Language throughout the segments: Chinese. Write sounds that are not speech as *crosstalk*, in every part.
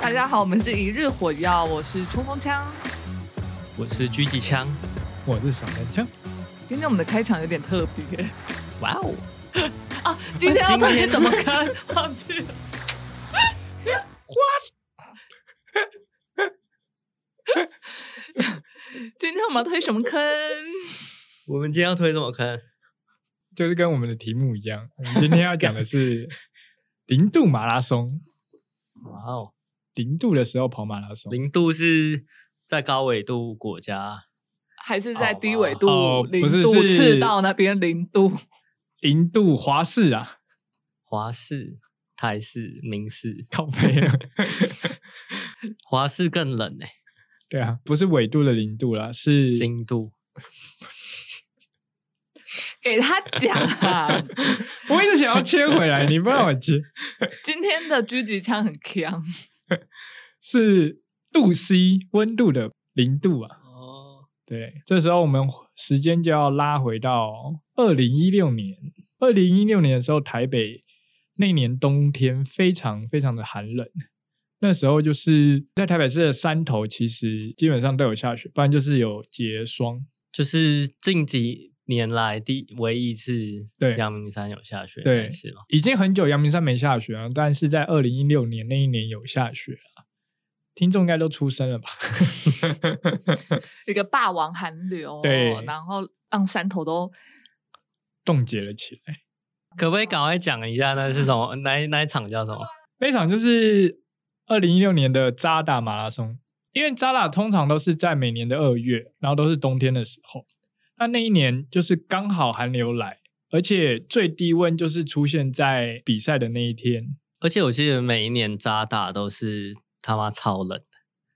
大家好，我们是一日火药，我是冲锋枪。我是狙击枪，我是小蓝枪，今天我们的开场有点特别哇哦！啊，今天要特别 *laughs* 怎么看？忘记了。今天我们要推什么坑？我们今天要推什么坑？就是跟我们的题目一样，我们今天要讲的是零度马拉松，哇哦，零度的时候跑马拉松，零度是在高纬度国家，还是在好吧低纬度、哦零不是度、是赤道那边零度？零度华氏啊，华氏、台式、明式，靠 *laughs* 背啊，华氏更冷哎、对啊，不是纬度的零度啦，是经度。给他讲啊！我一直想要切回来，你不让我切，今天的狙击枪很强，是度 C 温度的零度啊，哦，对，这时候我们时间就要拉回到二零一六年。二零一六年的时候，台北那年冬天非常非常的寒冷。那时候就是在台北市的山头，其实基本上都有下雪，不然就是有结霜。就是近几年来第唯一一次对阳明山有下雪对那一次嘛。已经很久阳明山没下雪了，但是在二零一六年那一年有下雪了。听众应该都出生了吧？ *laughs* 一个霸王寒流，哦对然后让山头都冻结了起来。可不可以赶快讲一下那是什么？哪一哪一场叫什么？那一场就是二零一六年的扎达马拉松，因为扎达通常都是在每年的二月，然后都是冬天的时候。那那一年就是刚好寒流来，而且最低温就是出现在比赛的那一天。而且我记得每一年扎打都是他妈超冷的，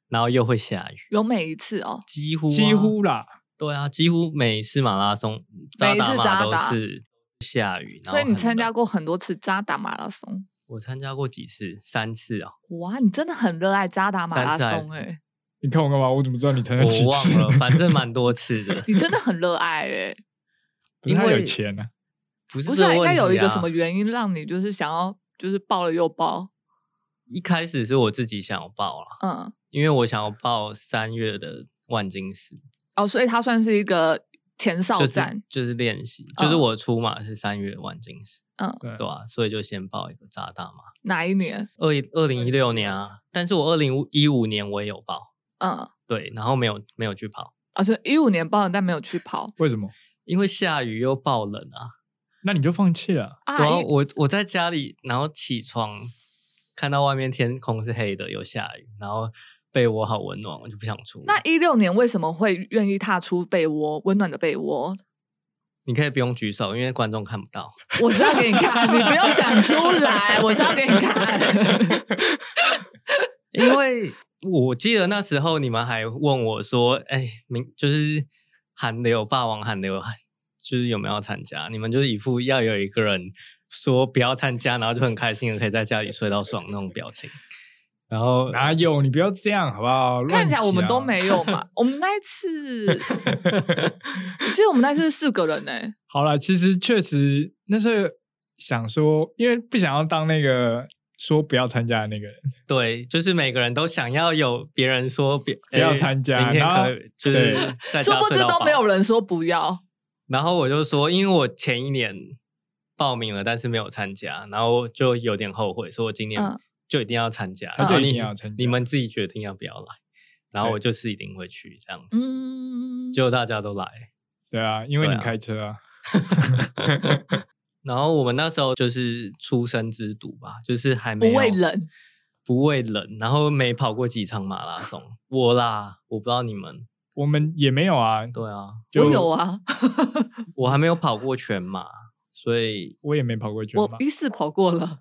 然后又会下雨，有每一次哦，几乎啊几乎啦，对啊，几乎每一次马拉松每扎一次达扎马都达是下雨，然所以后你很参加冷？过很多次扎达马拉松。我参加过几次？三 *laughs* 次啊，哇，你真的很热爱扎达马拉三次还松哎、。你看我干嘛？我怎么知道你参加几我次？ *laughs* 忘了，反正蛮多次的 *laughs* 你真的很热爱哎、不是他因有为钱啊，不是不这是、个啊、问题啊、应该有一个什么原因让你就是想要就是报了又报？一开始是我自己想要报了，嗯，因为我想要报三月的万金石，哦，所以它算是一个前哨就是战，就是练习，就是嗯我出马是三月万金石，对啊对啊吧、所以就先报一个扎大马。哪一年？二二零一六年啊，但是我二零一五年我也有报，嗯，对，然后没有没有去跑，啊，所以一五年报的，但没有去跑为什么？因为下雨又爆冷啊。那你就放弃了？啊然后因我我在家里，然后起床看到外面天空是黑的，有下雨，然后被窝好温暖，我就不想出门。那一六年为什么会愿意踏出被窝，温暖的被窝？你可以不用举手，因为观众看不到。我是要给你看，你不用讲出来，我是要给你 *laughs* 看。因为我记得那时候你们还问我说：“哎，明就是韩流霸王韩流，就是有没有要参加？”你们就是一副要有一个人说不要参加，然后就很开心的可以在家里睡到爽那种表情。然后哪有？你不要这样好不好？看起来乱我们都讲啊没有嘛，我们那一次，我记得我们那一次是四个人呢、欸好了，其实确实那是想说，因为不想要当那个说不要参加的那个人，对，就是每个人都想要有别人说别不要哎参加明天然后可就对是 *laughs* 在殊家不睡知到都没饱有。人说不要，然后我就说，因为我前一年报名了，但是没有参加，然后就有点后悔，说我今年嗯就一定要参加，那然就后一你定要参你加们自己决定要不要来，然后对我就是一定会去这样子，嗯，结果大家都来。对啊，因为对你啊开车啊，然后我们那时候就是初生之犊吧，就是还没不有为冷，不为冷，然后没跑过几场马拉松，我啦，我不知道你们，我们也没有啊，对啊，就我有，啊，我还没有跑过全马，所以我也没跑过全我哦马，一四跑过了，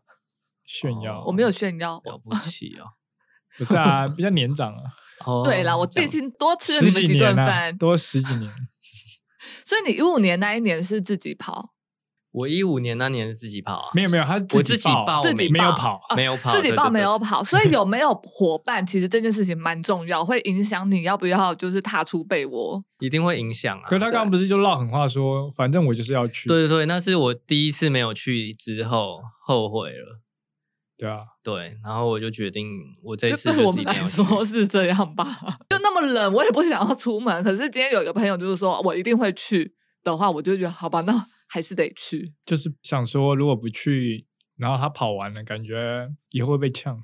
炫耀，我没有炫耀。了不起哦。不是啊，比较年长啊，*laughs* 哦对啦，我这毕样竟多 *laughs* 吃了你十们几几顿年啊，饭，多十几 *laughs* 年，所以你一五年那一年是自己跑，我一五年那年是自己跑啊，没有没有，他我自己报报自名己没有报跑啊没有跑，自己对报对没对有跑，所以有没有伙伴，其实这件事情蛮重要，会影响你要不要就是踏出被窝。一定会影响啊。可是他刚刚不是就唠狠话说，反正我就是要去，对对对，那是我第一次没有去之后后悔了，对啊，对，然后我就决定我这就次对我是一们定来要去说是这样吧， *laughs* 就那么冷，我也不想要出门。可是今天有一个朋友就是说我一定会去的话，我就觉得好吧，那还是得去。就是想说如果不去，然后他跑完了，感觉以后会被呛。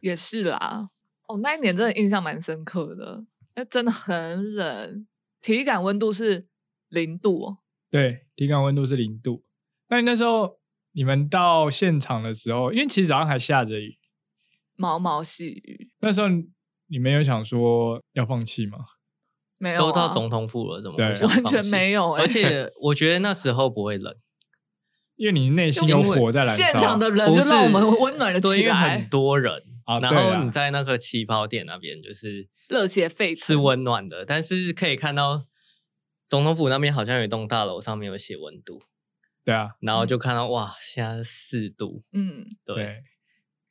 也是啦，哦，那一年真的印象蛮深刻的，那真的很冷，体感温度是零度哦。对，体感温度是零度。那你那时候你们到现场的时候，因为其实早上还下着雨，毛毛细雨，那时候你们有想说要放弃吗？没有、啊、都到总统府了，怎么对会想完放全弃没有、欸，而且我觉得那时候不会冷，因为你内心有火在燃烧。现场的人不就是让我们温暖了对起因为来很多人啊然对啦后你在那个起跑点那边就是热血沸腾是温暖的，但是可以看到总统府那边好像有一栋大楼上面有写温度，对啊，然后就看到、哇，现在四度，嗯，对，对，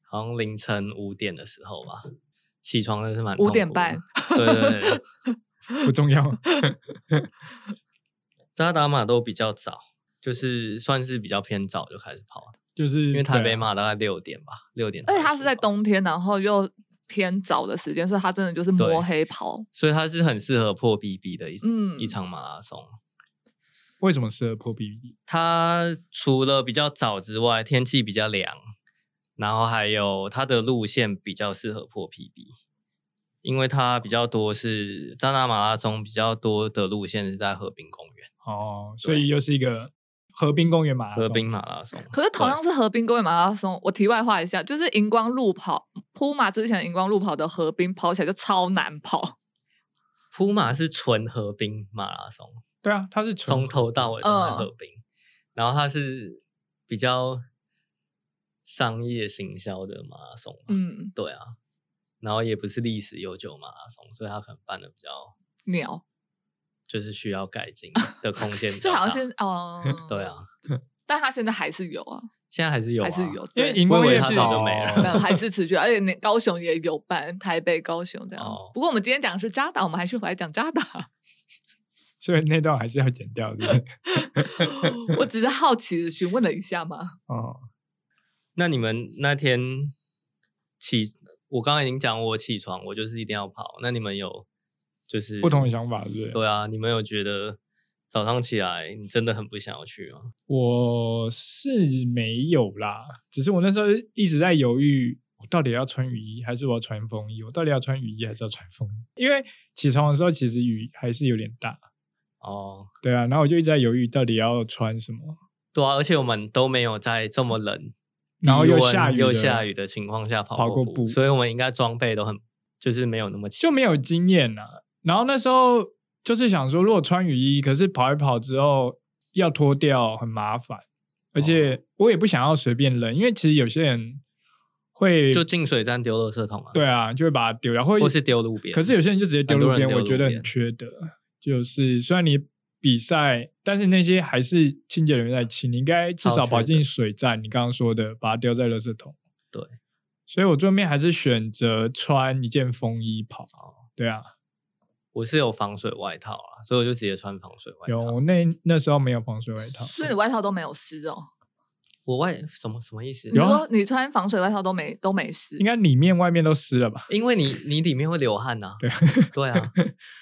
好像凌晨五点的时候吧，起床真的是蛮五点痛苦的半，对对对，不重要。扎达马都比较早，就是算是比较偏早就开始跑的，就是啊因为台北嘛，马大概六点吧，六点，嗯而且它是在，冬天，然后又偏早的时间，所以它真的就是摸对黑跑。所以它是很适合破 BB 的一、嗯一场马拉松。为什么适合破 BB？它除了比较早之外，天气比较凉，然后还有它的路线比较适合破 PB，因为它比较多是扎达马拉松比较多的路线是在河滨公园，哦，所以又是一个河滨公园马拉松。河滨马拉松。可是同样是河滨公园马拉松，我题外话一下，就是荧光路跑，铺马之前荧光路跑的河滨跑起来就超难跑，铺马是纯河滨马拉松，对啊，它是纯从河头到尾都在嗯河滨，然后它是比较商业行销的马拉松嘛，嗯，对啊，然后也不是历史悠久马拉松，所以它可能办的比较鸟，就是需要改 *laughs* 进的空间比较就大。好像 *laughs* 现哦，对，啊，但它现在还是有啊，现在还是有、啊，还是有，因对为荧光我以夜为它早就没了没有，还是持续，而且那高雄也有办，台北、高雄这样。哦不过我们今天讲的是渣打，我们还是回来讲渣打。 *laughs* 所以那段还是要剪掉的。 *laughs* 我只是好奇的询问了一下嘛。哦，那你们那天起，我刚刚已经讲我起床，我就是一定要跑。那你们有就是不同的想法是不是对啊，你们有觉得早上起来你真的很不想要去吗？我是没有啦，只是我那时候一直在犹豫，我到底要穿雨衣还是我要穿风衣？我到底要穿雨衣还是要穿风衣？因为起床的时候其实雨还是有点大，哦，对啊，然后我就一直在犹豫到底要穿什么。对啊，而且我们都没有在这么冷，然后低又温下雨又的下雨的情况下跑跑过过步所以我们应该装备都很就是没有那么齐就没有经验呐、然后那时候就是想说，如果穿雨衣，可是跑一跑之后要脱掉很麻烦，而且我也不想要随便扔，因为其实有些人会就进水站丢垃圾桶啊，对，啊，就会把它丢掉，或或是丢路边。可是有些人就直接丢很多路人边，丢我路觉得很边缺德。就是虽然你比赛，但是那些还是清洁人员在清，你应该至超少缺跑进德水站，你刚刚说的，把它丢在垃圾桶。对，所以我最后面还是选择穿一件风衣跑。哦对啊，我是有防水外套啊，所以我就直接穿防水外有套。我那那时候没有防水外套，所以你外套都没有湿哦。我外什么什么意思？你有啊说你穿防水外套都没都没湿应，该里面外面都湿了吧？因为你你里面会流汗呐、啊。对对 *laughs* 啊，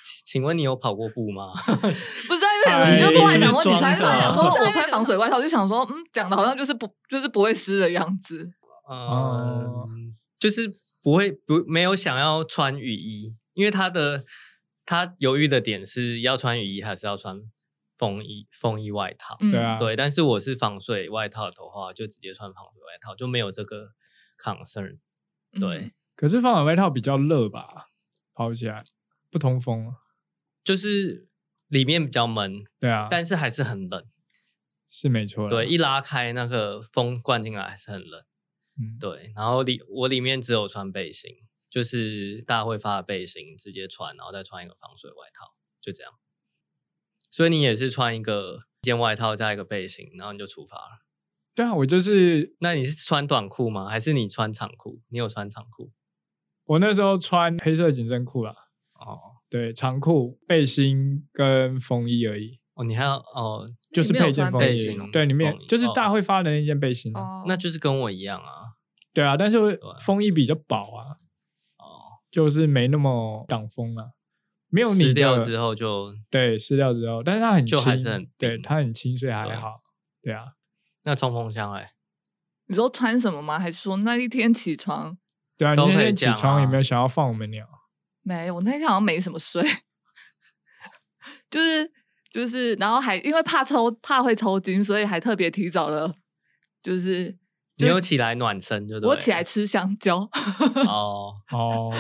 请请问你有跑过步吗？不是啊？因为你就突然讲说你穿，哎是装的想说啊我穿防水外套，就想说嗯，讲的好像就是不就是不会湿的样子。哦嗯，就是不会不没有想要穿雨衣，因为他的他犹豫的点是要穿雨衣还是要穿风衣风衣外套。嗯对啊，对，但是我是防水外套的话，就直接穿防水外套，就没有这个 concern。嗯对，可是防水外套比较热吧，跑起来不通风啊。就是里面比较闷，对啊，但是还是很冷。是没错啦。对，一拉开那个风灌进来还是很冷。嗯，对，然后里我里面只有穿背心，就是大会发的背心，直接穿，然后再穿一个防水外套，就这样。所以你也是穿一个一件外套加一个背心，然后你就出发了。对啊，我就是那你是穿短裤吗？还是你穿长裤？你有穿长裤？我那时候穿黑色紧身裤啦，哦对，长裤、背心跟风衣而已。哦，你还要哦，就是没有配件穿风背衣衣风，对，里面风衣就是哦大会发的那件背心啊，哦，那就是跟我一样啊。对啊，但是啊风衣比较薄啊，哦，就是没那么挡风啊，没有你湿的掉之后就对湿掉之后，但是它很就还轻是很对冰它很轻，所以还对好，对啊，那冲锋枪哎，你说穿什么吗？还是说那一天起床对啊，你都那可以天起讲啊床有没有想要放我们鸟？没有？我那天好像没什么睡， *laughs* 就是就是，然后还因为怕抽怕会抽筋，所以还特别提早了，就是你有起来暖身就对了。我起来吃香蕉， *laughs* 哦，哦，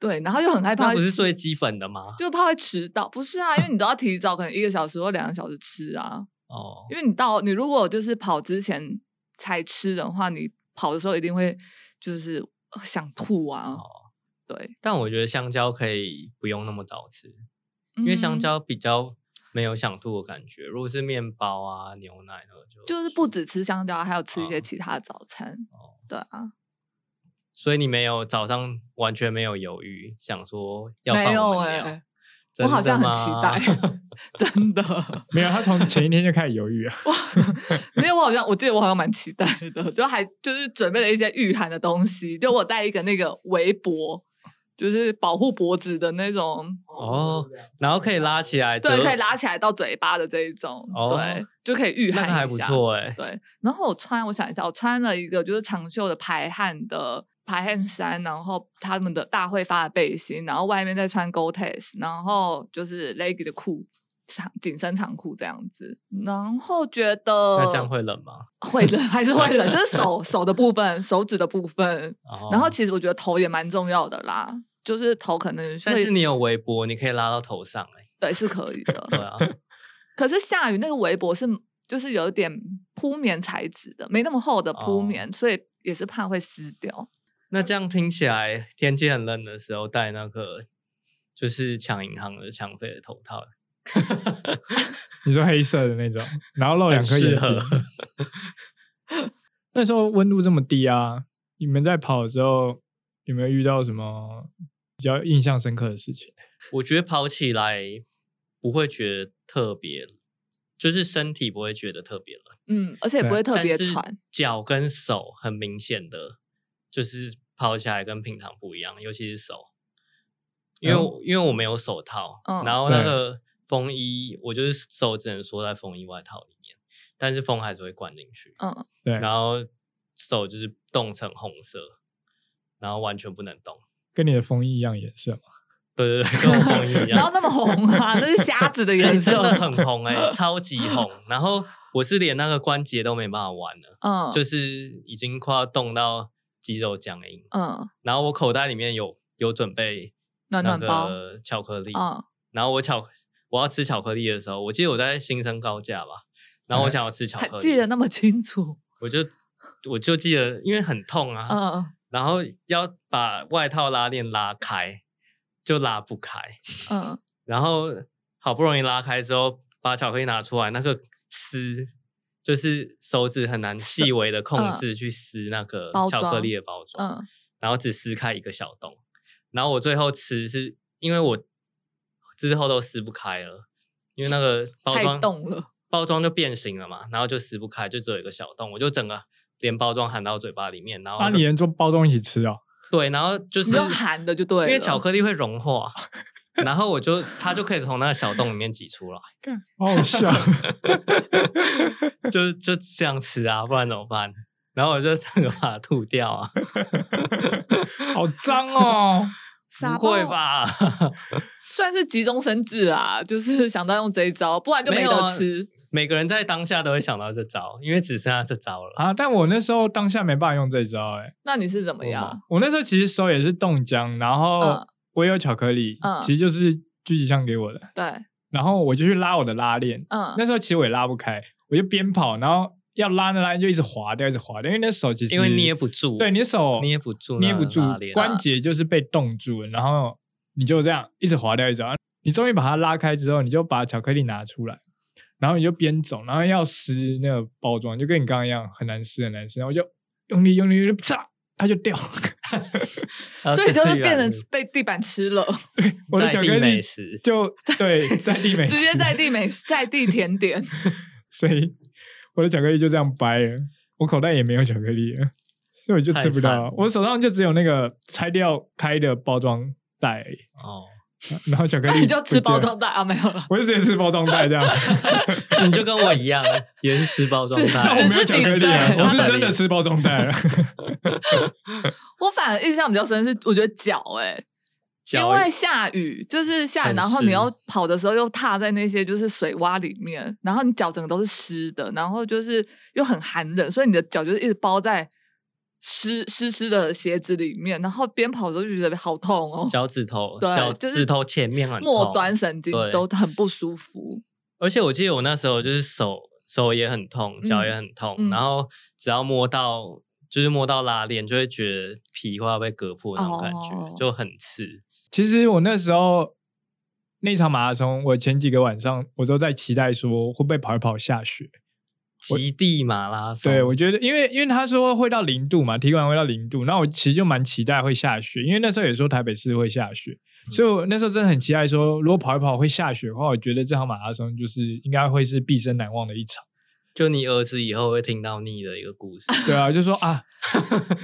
对，然后又很害怕那不是最基本的吗？就怕会迟到，不是啊？因为你都要提早，可能一个小时或两个小时吃啊。哦因为你到你如果就是跑之前才吃的话，你跑的时候一定会就是呃想吐啊。哦，对，但我觉得香蕉可以不用那么早吃，因为香嗯蕉比较没有想吐的感觉。如果是面包啊、牛奶那个就就是不只吃香蕉，还有吃一些哦其他早餐。哦，对啊，所以你没有早上完全没有犹豫，想说要没放有我哎、们鸟我好像很期真的吗待， *laughs* 真的没有，他从前一天就开始犹豫啊， *laughs* 没有。我好像我记得我好像蛮期待的，就还就是准备了一些御寒的东西，就我带一个那个围脖，就是保护脖子的那种 *laughs* 哦，然后可以拉起来，对，折可以拉起来到嘴巴的这一种，哦对，就可以御那寒个还不一下。错哎、对，然后我穿，我想一下，我穿了一个就是长袖的排汗的排汗衫，然后他们的大会发的背心，然后外面再穿 Gore-Tex，然后就是 leggy 的裤子。长紧身长裤这样子，然后觉得那这样会冷吗？会冷还是会冷，就是手手的部分、手指的部分。哦然后其实我觉得头也蛮重要的啦，就是头可能但会是你有围脖，你可以拉到头上哎、对是可以的，对 *laughs* 啊，可是下雨那个围脖是就是有点铺棉材质的，没那么厚的铺哦棉，所以也是怕会撕掉。那这样听起来，天气很冷的时候戴那个就是抢银行的抢匪的头套，你说黑色的那种，然后露哦两颗很眼适合睛。 *laughs* 那时候温度这么低啊，你们在跑的时候有没有遇到什么比较印象深刻的事情？ *laughs* 我觉得跑起来不会觉得特别，就是身体不会觉得特别冷，嗯，而且也不对会特但别是喘。脚跟手很明显的，就是跑起来跟平常不一样，尤其是手，因为我、因为我没有手套，嗯然后那对个风衣，我就是手只能缩在风衣外套里面，但是风还是会灌进去，嗯，对，然后手就是冻成红色，然后完全不能动。跟你的风衣一样颜啊色嘛。对对对，跟我风衣一然后样，那么红啊，那是瞎子的颜对真色，的很红哎、 *laughs* 超级红。然后我是连那个关节都没办法玩了，嗯，就是已经快要冻到肌肉僵硬。嗯然后我口袋里面有有准备暖那暖包个巧克力，嗯然后我巧我要吃巧克力的时候，我记得我在新生高架吧，然后我想要吃巧嗯还克力，记得那么清楚，我就我就记得，因为很痛啊，嗯然后要把外套拉链拉开，就拉不开，嗯，然后好不容易拉开之后，把巧克力拿出来，那个丝就是手指很难细微的控制去撕那个嗯包巧克装力的包装， *laughs* 嗯然后只撕开一个小洞，然后我最后吃是因为我之后都撕不开了，因为那个包太装冻了，包装就变形了嘛，然后就撕不开，就只有一个小洞，我就整个连包装含到嘴巴里面，然后啊，那个你连做包装一起吃哦。对，然后就你是用含的就对了，因为巧克力会融化，然后我就它就可以从那个小洞里面挤出来，好好笑，就就这样吃啊，不然怎么办？然后我就整个把它吐 *laughs* 掉啊，好脏哦！傻不会爆？吧？ *laughs* 算是急中生智啦，就是 *laughs* 想到用这一招，不然就没有得啊吃。每个人在当下都会想到这招，因为只剩下这招了。 *laughs* 啊，但我那时候当下没办法用这招、欸，那你是怎么我样？我那时候其实手也是冻僵，然后嗯我也有巧克力，嗯其实就是狙击枪给我的，对，然后我就去拉我的拉链，嗯，那时候其实我也拉不开，我就边跑，然后要拉那拉链就一直滑掉，一直滑掉，因为那手其实因为捏不住对你的手捏不住捏那不住拉链，关节就是被冻住了，然后你就这样一直滑掉，一直滑。你终于把它拉开之后，你就把巧克力拿出来，然后你就边走，然后要撕那个包装，就跟你刚刚一样很难撕很难撕，然后我就用力用力，就啪，它就掉。然后所以就是地变板成被地板吃了，我的在巧地克力美食就对在地美直接食，在地美在地甜 *laughs* 点。所以我的巧克力就这样掰了，我口袋也没有巧克力了，所以我就太吃不惨到了，我手上就只有那个拆掉开的包装袋，哦，然后巧克那 *laughs* 力你就吃不见包了装袋啊？没有了，我就直接吃包装袋 *laughs* 这样，你就跟我一样，也是吃包装那我袋只没有是巧克顶力啊，对我是它的真的吃包装袋了。 *laughs* 我反而印象比较深是，我觉得脚哎、脚因为下雨，就是下雨，很然后你湿要跑的时候又踏在那些就是水洼里面，然后你脚整个都是湿的，然后就是又很寒冷，所以你的脚就是一直包在湿湿湿的鞋子里面，然后边跑的时候就觉得好痛哦，脚趾头，对脚就是趾头前面很末痛端神经对都很不舒服。而且我记得我那时候就是手手也很痛，脚也很痛，嗯嗯然后只要摸到就是摸到拉链，就会觉得皮快要被割破那种感觉，哦就很刺。其实我那时候那场马拉松，我前几个晚上我都在期待说会不会跑一跑下雪。极地马拉松，对，我觉得因为因为他说会到零度嘛，体感会到零度，那我其实就蛮期待会下雪，因为那时候也说台北市会下雪，所以我那时候真的很期待说，如果跑一跑会下雪的话，我觉得这场马拉松就是应该会是毕生难忘的一场。就你儿子以后会听到你的一个故事，对啊，就说 *laughs* 啊，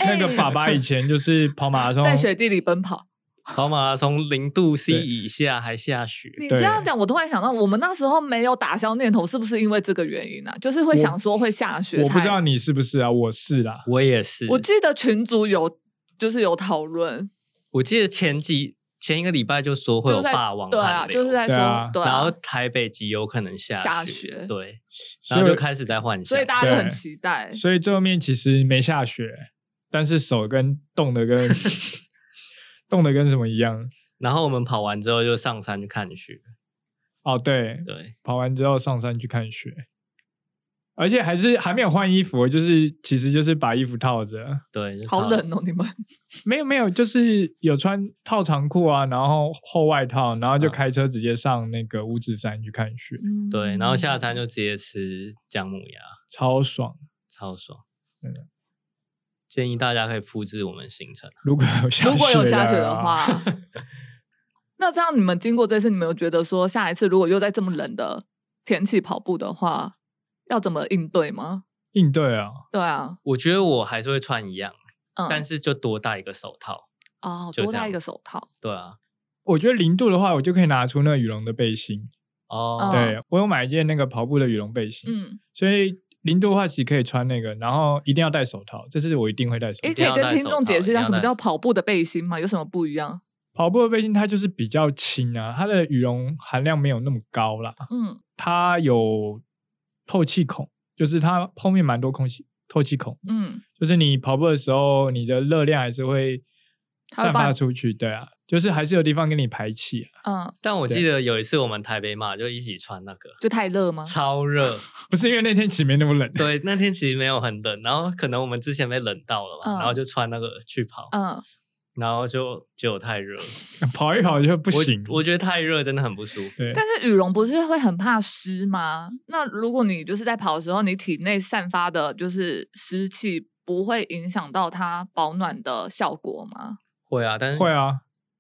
那个爸爸以前就是跑马拉松，在雪地里奔跑，跑马拉松零度 C 对以下还下雪，你对这样讲，我突然想到，我们那时候没有打消念头，是不是因为这个原因啊？就是会想说会下雪才，我不知道你是不是啊，我是啦。我也是，我记得群组有就是有讨论，我记得前几前一个礼拜就说会就有是在霸王对啊，寒流，就是在对说啊对然后啊，台北极有可能下下雪雪，对，所然后以就我开始在幻想，所以大家都很对期待。所以最后面其实没下雪，但是手跟冻 *laughs* 的跟冻的跟什么一样。然后我们跑完之后就上山去看雪，哦，对，对，跑完之后上山去看雪，而且还是还没有换衣服，哦就是其实就是把衣服套着，对，就好靠冷哦，你们没有没有，就是有穿套长裤啊，然后厚外套，然后就嗯开车直接上那个五指山去看雪， *laughs* 对，然后下山山嗯就直接吃姜母鸭，超爽。超爽。嗯建议大家可以复制我们行程。如果有下雪，啊如果有下雪的， *laughs* 话，那这样你们经过这次，你们有觉得说下一次如果又在这么冷的天气跑步的话，要怎么应对吗？应对啊，对啊，我觉得我还是会穿一样，嗯，但是就多戴一个手套。哦，就多这戴样一个子手套，对啊，我觉得零度的话，我就可以拿出那个羽绒的背心。哦，嗯对我有买一件那个跑步的羽绒背心，嗯，所以零度的话其实可以穿那个，然后一定要戴手套，这是我一定会戴手诶，哎套。可定以要跟戴听手众套解一释定一下要什么戴叫手跑步的背心吗？有什么不一样？跑步的背心它就是比较轻啊，它的羽绒含量没有那么高啦，嗯，它有透气孔，就是它后面蛮多空气透气啊孔，嗯，就是你跑步的时候，你的热量还是会它会散帮发你出去，对啊，就是还是有地方给你排气啊。嗯，但我记对得有一次我们台北马就一起穿那个，就太热啊吗？超热。不是因为那天其实没那么冷， *laughs* 对，那天其实没有很冷，然后可能我们之前被冷到了嗯吧，然后就穿那个去跑，嗯，然后就就有太热了，跑一跑就不不行。我觉得太热真的很不舒服。对，但是羽绒不是会很怕湿吗？那如果你就是在跑的时候，你体内散发的就是湿气，不会影响到它保暖的效果吗？会啊，但是会啊，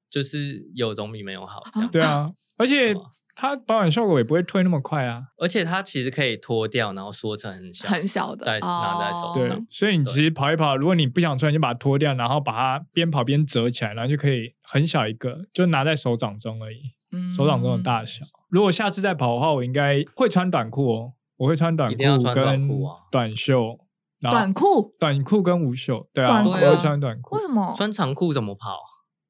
就是有总比没有好。这样 *laughs* 对啊，而且是吗它保暖效果也不会退那么快啊。而且它其实可以脱掉，然后缩成很小，很小的，再拿在手哦对上，所以你对其实跑一跑，如果你不想穿，你就把它脱掉，然后把它边跑边折起来，然后就可以很小一个，就拿在手掌中而已，嗯手掌中的大小。如果下次再跑的话，我应该会穿短裤哦，我会穿短一裤定要穿短跟裤啊短袖，然后短裤，短裤跟无袖，对啊，短我裤啊会穿短裤为。什么？穿长裤怎么跑？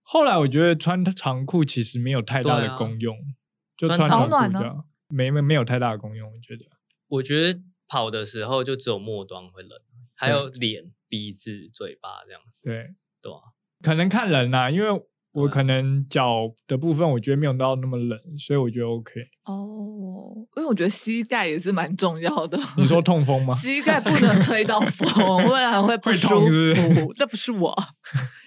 后来我觉得穿长裤其实没有太大对的啊功用，就穿穿长短裤保暖裤呢的啊没没没有太大的功用，我觉得。我觉得跑的时候就只有末端会冷，还有脸、鼻子、嘴巴这样子。对，对啊，可能看人啦、因为我嗯对啊可能脚的部分我觉得没有到那么冷，所以我觉 *laughs* 得 OK。哦，因为我觉得膝盖也是蛮重要的。你说痛风吗？膝盖不能吹到风，不然会不会舒痛是不是服。这不是我，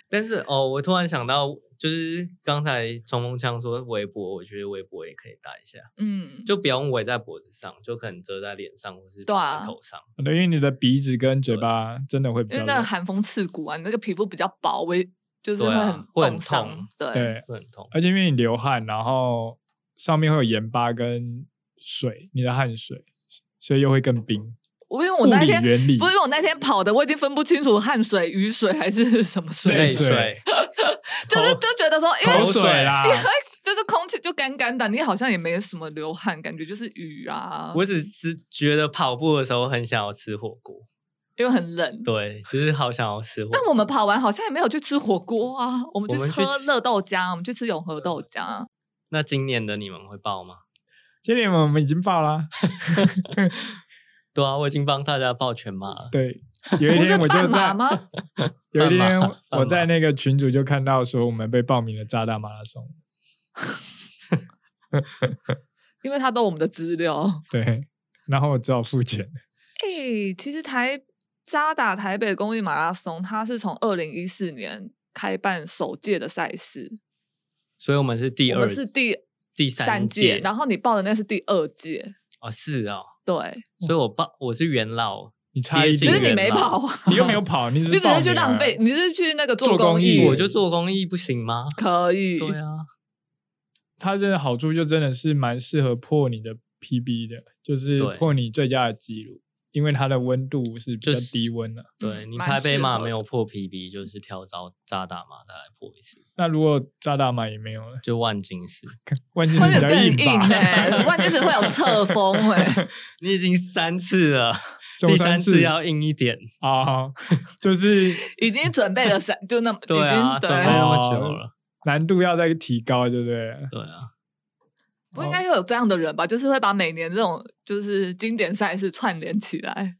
但是哦，我突然想到，就是刚才冲锋枪说围脖，我觉得围脖也可以戴一下，嗯，就不要围在脖子上，就可能遮在脸上或是对啊绑在头上。对，因为你的鼻子跟嘴巴真的会比因为较那个热，寒风刺骨啊，你那个皮肤比较薄，微就是对啊很会很冻伤痛。对，对，会 *laughs* 很痛。而且因为你流汗，然后上面会有盐巴跟水，你的汗水，所以又会更冰。我因为物我那理天原理不是因为我那天跑的，我已经分不清楚汗水、雨水还是什么水，泪泪水水，就是头就觉得说，因为头口水啦，就是空气就干干的，你好像也没什么流汗，感觉就是雨啊，我只是觉得跑步的时候很想要吃火锅，因为很冷。对，就是好想要吃火但锅。我们跑完好像也没有去吃火锅啊，我们去我们去喝吃热豆浆，我们去吃永和豆浆。那今年的你们会报吗？今年我们已经爆啦，对啊，我已经帮大家报全马了。对，有一 *laughs* 不是天我就半马在，吗？有半一马天半我在马那个群组就看到说我们被报名了扎大马拉松，因为他都有我们的资料。对，然后我只好付钱。哎、其实台渣打台北公益马拉松，它是从二零一四年开办首届的赛事，所以我们是第我二，们是第第三届，然后你报的那是第二届，哦是哦，对，所以我报我是元老，你差一接只近是你元没老跑，啊， *laughs* 你又没有，跑，你只 *laughs* 你是只报是去名浪而费，已你是去那个做公公益益，我就啊做公益不行吗？可以，对啊，嗯它真的好处就真的是蛮适合破你的 PB 的，就是对破你最佳的记录，因为它的温度是比较就是低温的、对嗯你蛮台北适马合没的有破 PB，就是跳蚤扎打马再来破一次，那如果扎大马也没有了，就万 *laughs* 金石。万金或石者比较更吧？哎、 *laughs* 万金石会有侧风哎、你已经三次 *laughs* 了，什么第三三次次要硬一点。啊、好就是已经准备了三，就那么对啊，已准经备对，那么哦久了，难度要再提高，对不对？对啊，不应该会有这样的人吧？就是会把每年这种就是经典赛事串联起来，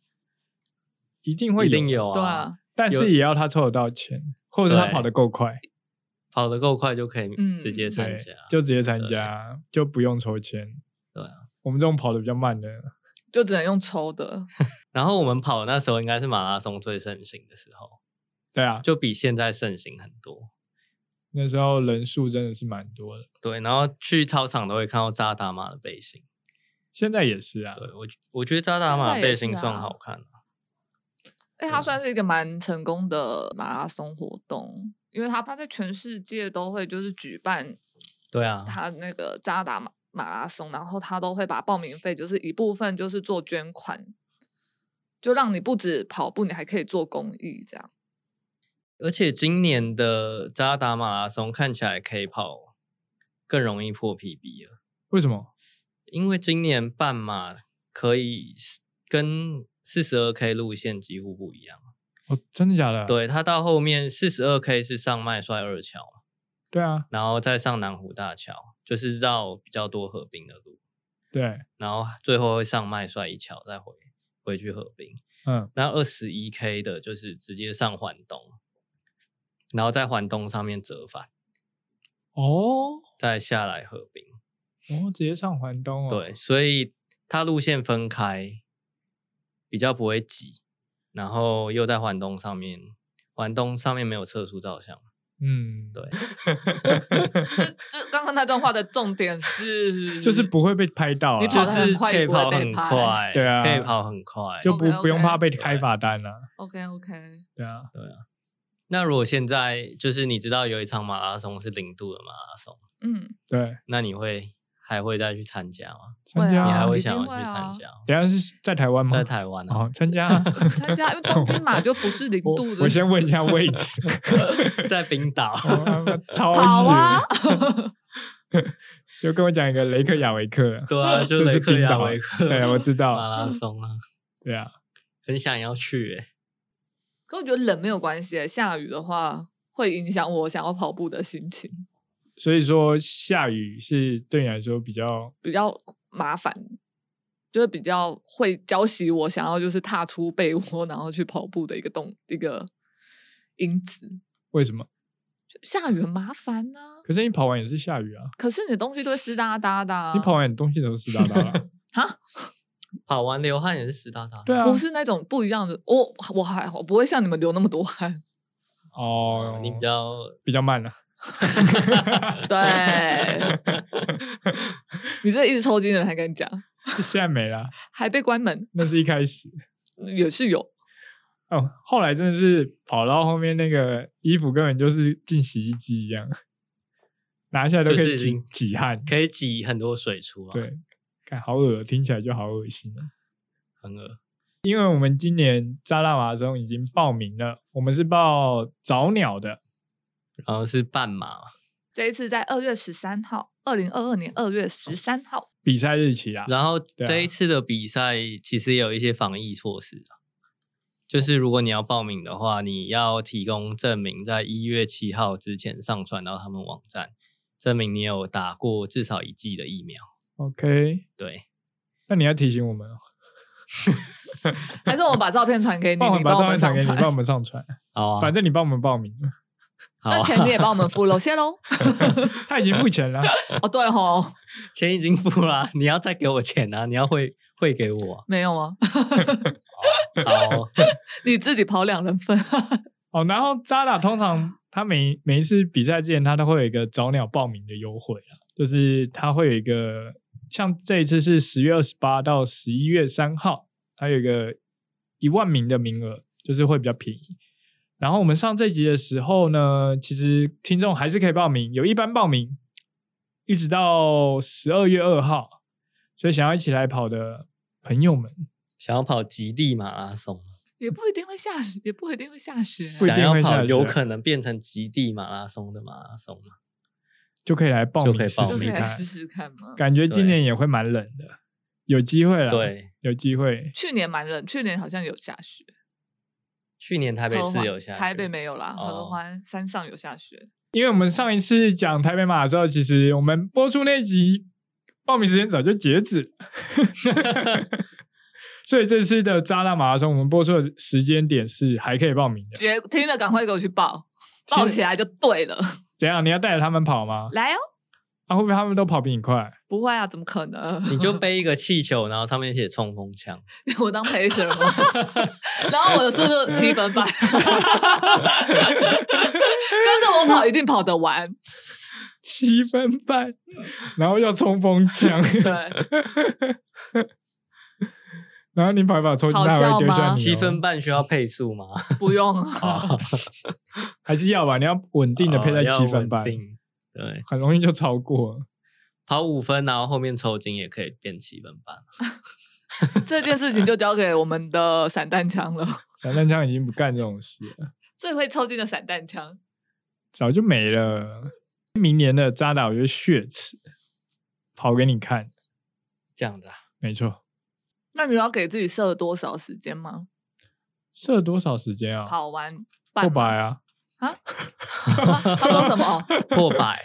一定会一定，有对啊，啊，但有是也要他凑得到钱，或者是他对跑得够快，跑得够快就可以嗯直接参对加，，就直接参加，就不用抽签。对啊。我们这种跑得比较慢的，就只能用抽的。然后我们跑的那时候应该是马拉松最盛行的时候，对啊，就比现在盛行很多。那时候人数真的是蛮多的，对，然后去操场都会看到扎达马的背心。现在也是啊。对我觉，我觉得扎达现马在也背是心算啊好看的、哎，它算是一个蛮成功的马拉松活动，因为它它在全世界都会就是举嗯办对啊，它那个扎达马马拉松，然后它都会把报名费就是一部分就是做捐款，就让你不止跑步，你还可以做公益这样。而且今年的扎达马拉松看起来可以跑更容易破 PB 了，为什么？因为今年半马可以是跟四十二 K 路线几乎不一样。啊哦，真的假的？对，它到后面四十二 K 是上麦帅二桥嘛，对啊，然后再上南湖大桥，就是绕比较多河滨的路，对，然后最后会上麦帅一桥，再回回去河滨。嗯，那二十一 K 的就是直接上环东，然后在环东上面折返，哦，再下来河滨。哦，直接上环东哦。对，，所以它路线分开，比较不会挤，然后又在环东上面，环东上面没有测速照相，嗯，，对，就刚刚那段话的重点是就是不会被拍到啊，你跑就得很是快可也以不会跑被很拍快，对啊可以跑很快。就不 OK，OK 不用怕被开罚单了、 OK OK。对啊，那如果现在就是你知道有一场马拉松是零度的马拉松， *laughs* 嗯，对，那你会还会再去参加吗？参会加啊你还啊。会一想要定去会啊参加吗？等一下是在台湾吗？在台湾啊 *laughs* *laughs* 哦，，参 *laughs* 加、啊。参加，因为东京马就不是零我度的。我先问一下位 *laughs* 置，在冰岛。哦超跑啊远 *laughs* 就跟我讲一个雷克雅维克，对啊， *laughs* 就就是雷克冰雅岛维克，对我知道 *laughs* 马拉松啊，对啊，很想要去诶。可我觉得冷没有关系欸，下雨的话会影响我想要跑步的心情，所以说下雨是对你来说比较比较麻烦，就是比较会浇熄我想要就是踏出被窝然后去跑步的一个动一个因子。为什么？就下雨很麻烦呢、可是你跑完也是下雨啊，可是你的东西都会湿哒哒的、啊。你跑完你东西都湿哒哒了，啊，跑完流汗也是湿哒哒。对啊，不是那种不一样的，我我还好，我不会像你们流那么多汗。 *laughs* 哦，啊你比 *laughs* 较比较慢了、对，你这一直抽筋的人还跟你讲，现在没了，还被关门，嗯那是一开始。也是有。哦，后来真的是跑到后面那个衣服根本就是进洗衣机一样，拿下来都可就是以已挤经挤汗。可以挤很多水出来，，对，看好恶，听起来就好恶心啊！很恶。因为我们今年扎拉马拉松已经报名了，我们是报早鸟的，然后是半马嘛，这一次在二月十三号，二零二二年二月十三号，比赛日期啦。然后啊这一次的比赛其实也有一些防疫措施啊，哦就是如果你要报名的话，你要提供证明，在一月七号之前上传到他们网站，证明你有打过至少一剂的疫苗。 OK，对，那你要提醒我们哦，还是我把照片传给你，帮我你们把帮我照片们上传给你，帮我传。们上传。 *laughs* 好啊，反正你帮我们报名，好那啊，钱你也帮我们付了，谢喽。他已经付钱了。哦，对吼，钱已经付啦、你要再给我钱啊，你要汇汇给我啊、没有啊， *laughs* 好哦，你自己跑两人份。啊哦，然后扎打通常他每每一次比赛之前，他都会有一个早鸟报名的优惠啊，就是他会有一个，像这一次是十月二十八到十一月三号，还有一个一万名的名额，就是会比较便宜。然后我们上这集的时候呢，其实听众还是可以报名，有一般报名，一直到十二月二号，所以想要一起来跑的朋友们，想要跑极地马拉 *laughs* 松， *laughs* 也不一定会下雪，也不一定会下雪啊。不一想定要会下跑雪有可能变成极地马拉松的马拉松嘛？就可以来报名就可以试报就名啊可以来试看，试试看嘛。感觉今对年也会蛮冷的，有机会了。对，有机会。去年蛮冷，去年好像有下雪，去年台台北市有下雪，台北没有啦，哦合欢山上有下雪。因为我们上一次讲台北马的时候，其实我们播出那集报名时间早就截止了， *laughs* 所以这次的扎拉马拉松，我们播出的时间点是还可以报名的。觉听了赶快给我去报，报起来就对了。怎样？你要带着他们跑吗？来哦，啊，会不会他们都跑比你快？不会啊，怎么可能？ *laughs* *laughs* 你就背一个气球，然后上面写冲锋枪，我当陪审吗？ *laughs* 然后我的速度七分半， *laughs* 跟着我跑一定跑得完。七分半，然后要冲锋 *laughs* 枪，对，然后你跑一跑抽筋，好他还笑会丢下吗你、哦。七分半需要配速 *laughs* 吗？不用啊，还是要吧？你要稳定的配在要七分稳半，定 *laughs* 对，很容易就超过。跑五分，然后后面抽筋也可以变七分半。啊 *laughs* 这件事情就交给我们的散弹枪了， *laughs* 散弹枪已经不干这种事了，最会抽筋的散弹枪。早就没了。明年的扎打我觉得血池，跑给你看，这样子、 *laughs* 啊，没错。那你要给自己设多少时间吗？设多少时间啊？跑完破半百马啊！啊？啊他说什么？破百，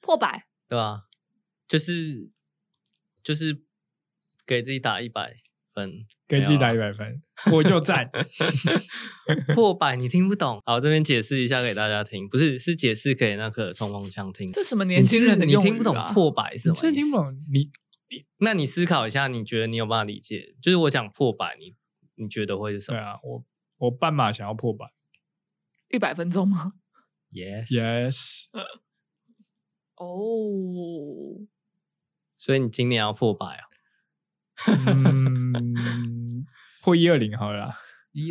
破百？对吧、就是就是给自己打一百分，给自己打没一有啊百分，我 *laughs* 就赞。破百，你听不懂。好，这边解释一下给大家听，不是是解释给那个冲锋枪听。这什么年轻人的你是用你听不语懂啊破百是什么意你思？真的听不懂？你那你思考一下，你觉得你有办法理解？就是我讲破百，你你觉得会是什对么、啊，我我半马想要破 *laughs* 百一百分钟吗？ y e s ，yes， *laughs* 哦，所以你今年要破百啊？嗯，破一二零好了啦。一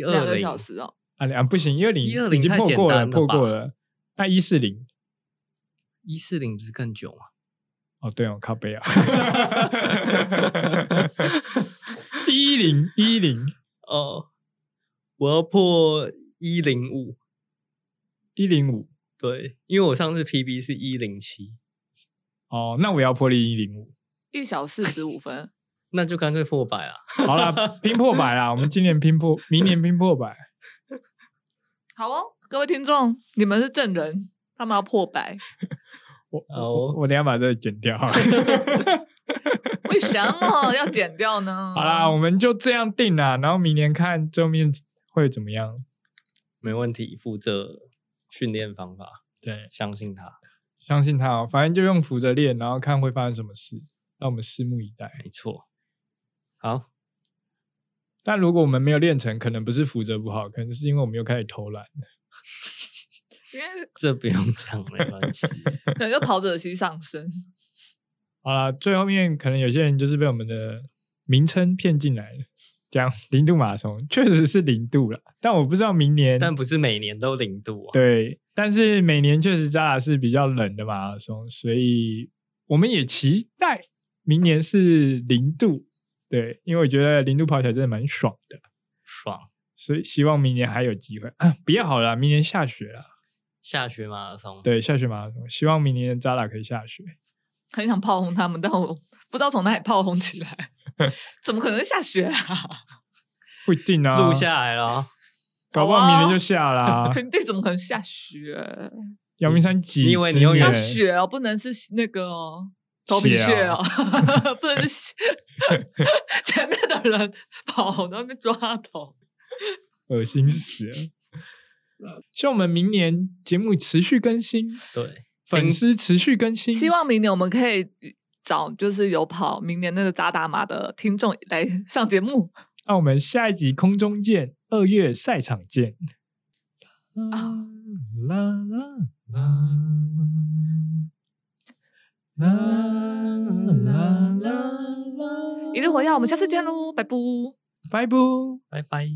*laughs* 两二个零小时哦，啊啊，不行，一二零120已经太破简过了，单了破过吧了。那一四零，一四零不是更久吗？哦，对哦，*laughs* 靠背啊， *laughs* 一零一零哦，我要破一零五，一零五，对，因为我上次 PB 是一零七，哦，那我也要破例一零五。一小时十五分。那就干脆破百啊！ *laughs* 好啦，拼破百啦，我们今年拼破，明年拼破百。好哦，各位听众，你们是证人，他们要破百，我我哦我我等一下把这个剪掉。 *laughs* 为什么哦要剪掉呢？好啦，我们就这样定啦，然后明年看最后面会怎么样。没问题，负责训练方法，对，相信他，相信他哦，反正就用扶着练，然后看会发生什么事，让我们拭目以待。没错。好，但如果我们没有练成，可能不是扶着不好，可能是因为我们又开始偷懒。因为这不用讲，没关 *laughs* 系。可能就跑者期上升。好了，最后面可能有些人就是被我们的名称骗进来了。讲零度马拉松确实是零度了，但我不知道明年。但不是每年都零度啊。对，但是每年确实扎达是比较冷的马拉松，所以我们也期待明年是零度。对，因为我觉得零度跑起来真的蛮爽的，爽。所以希望明年还有机会。啊、不要好了，明年下雪了。下雪马拉松，，对，下雪马拉松，希望明年的扎达可以下雪。很想炮轰他们，但我不知道从哪里炮轰起来。怎么可能下雪啊？不一定啊，录下来了。搞不好明年就下啦、平地怎么可能下雪？阳明山几十你以年？为你永远要雪哦，不能是那个哦，头皮血屑啊哦，不能是血 *laughs* 前面的人跑到那边抓头。恶心死了！希望我们明年节目持续更新，对，粉听丝持续更新，希望明年我们可以找就是有跑明年那个扎达马的听众来上节目。那我们下一集空中见，二月赛场见。啦啦啦啦啦啦啦！一日火药，我们下次见喽，拜拜。拜拜。拜拜。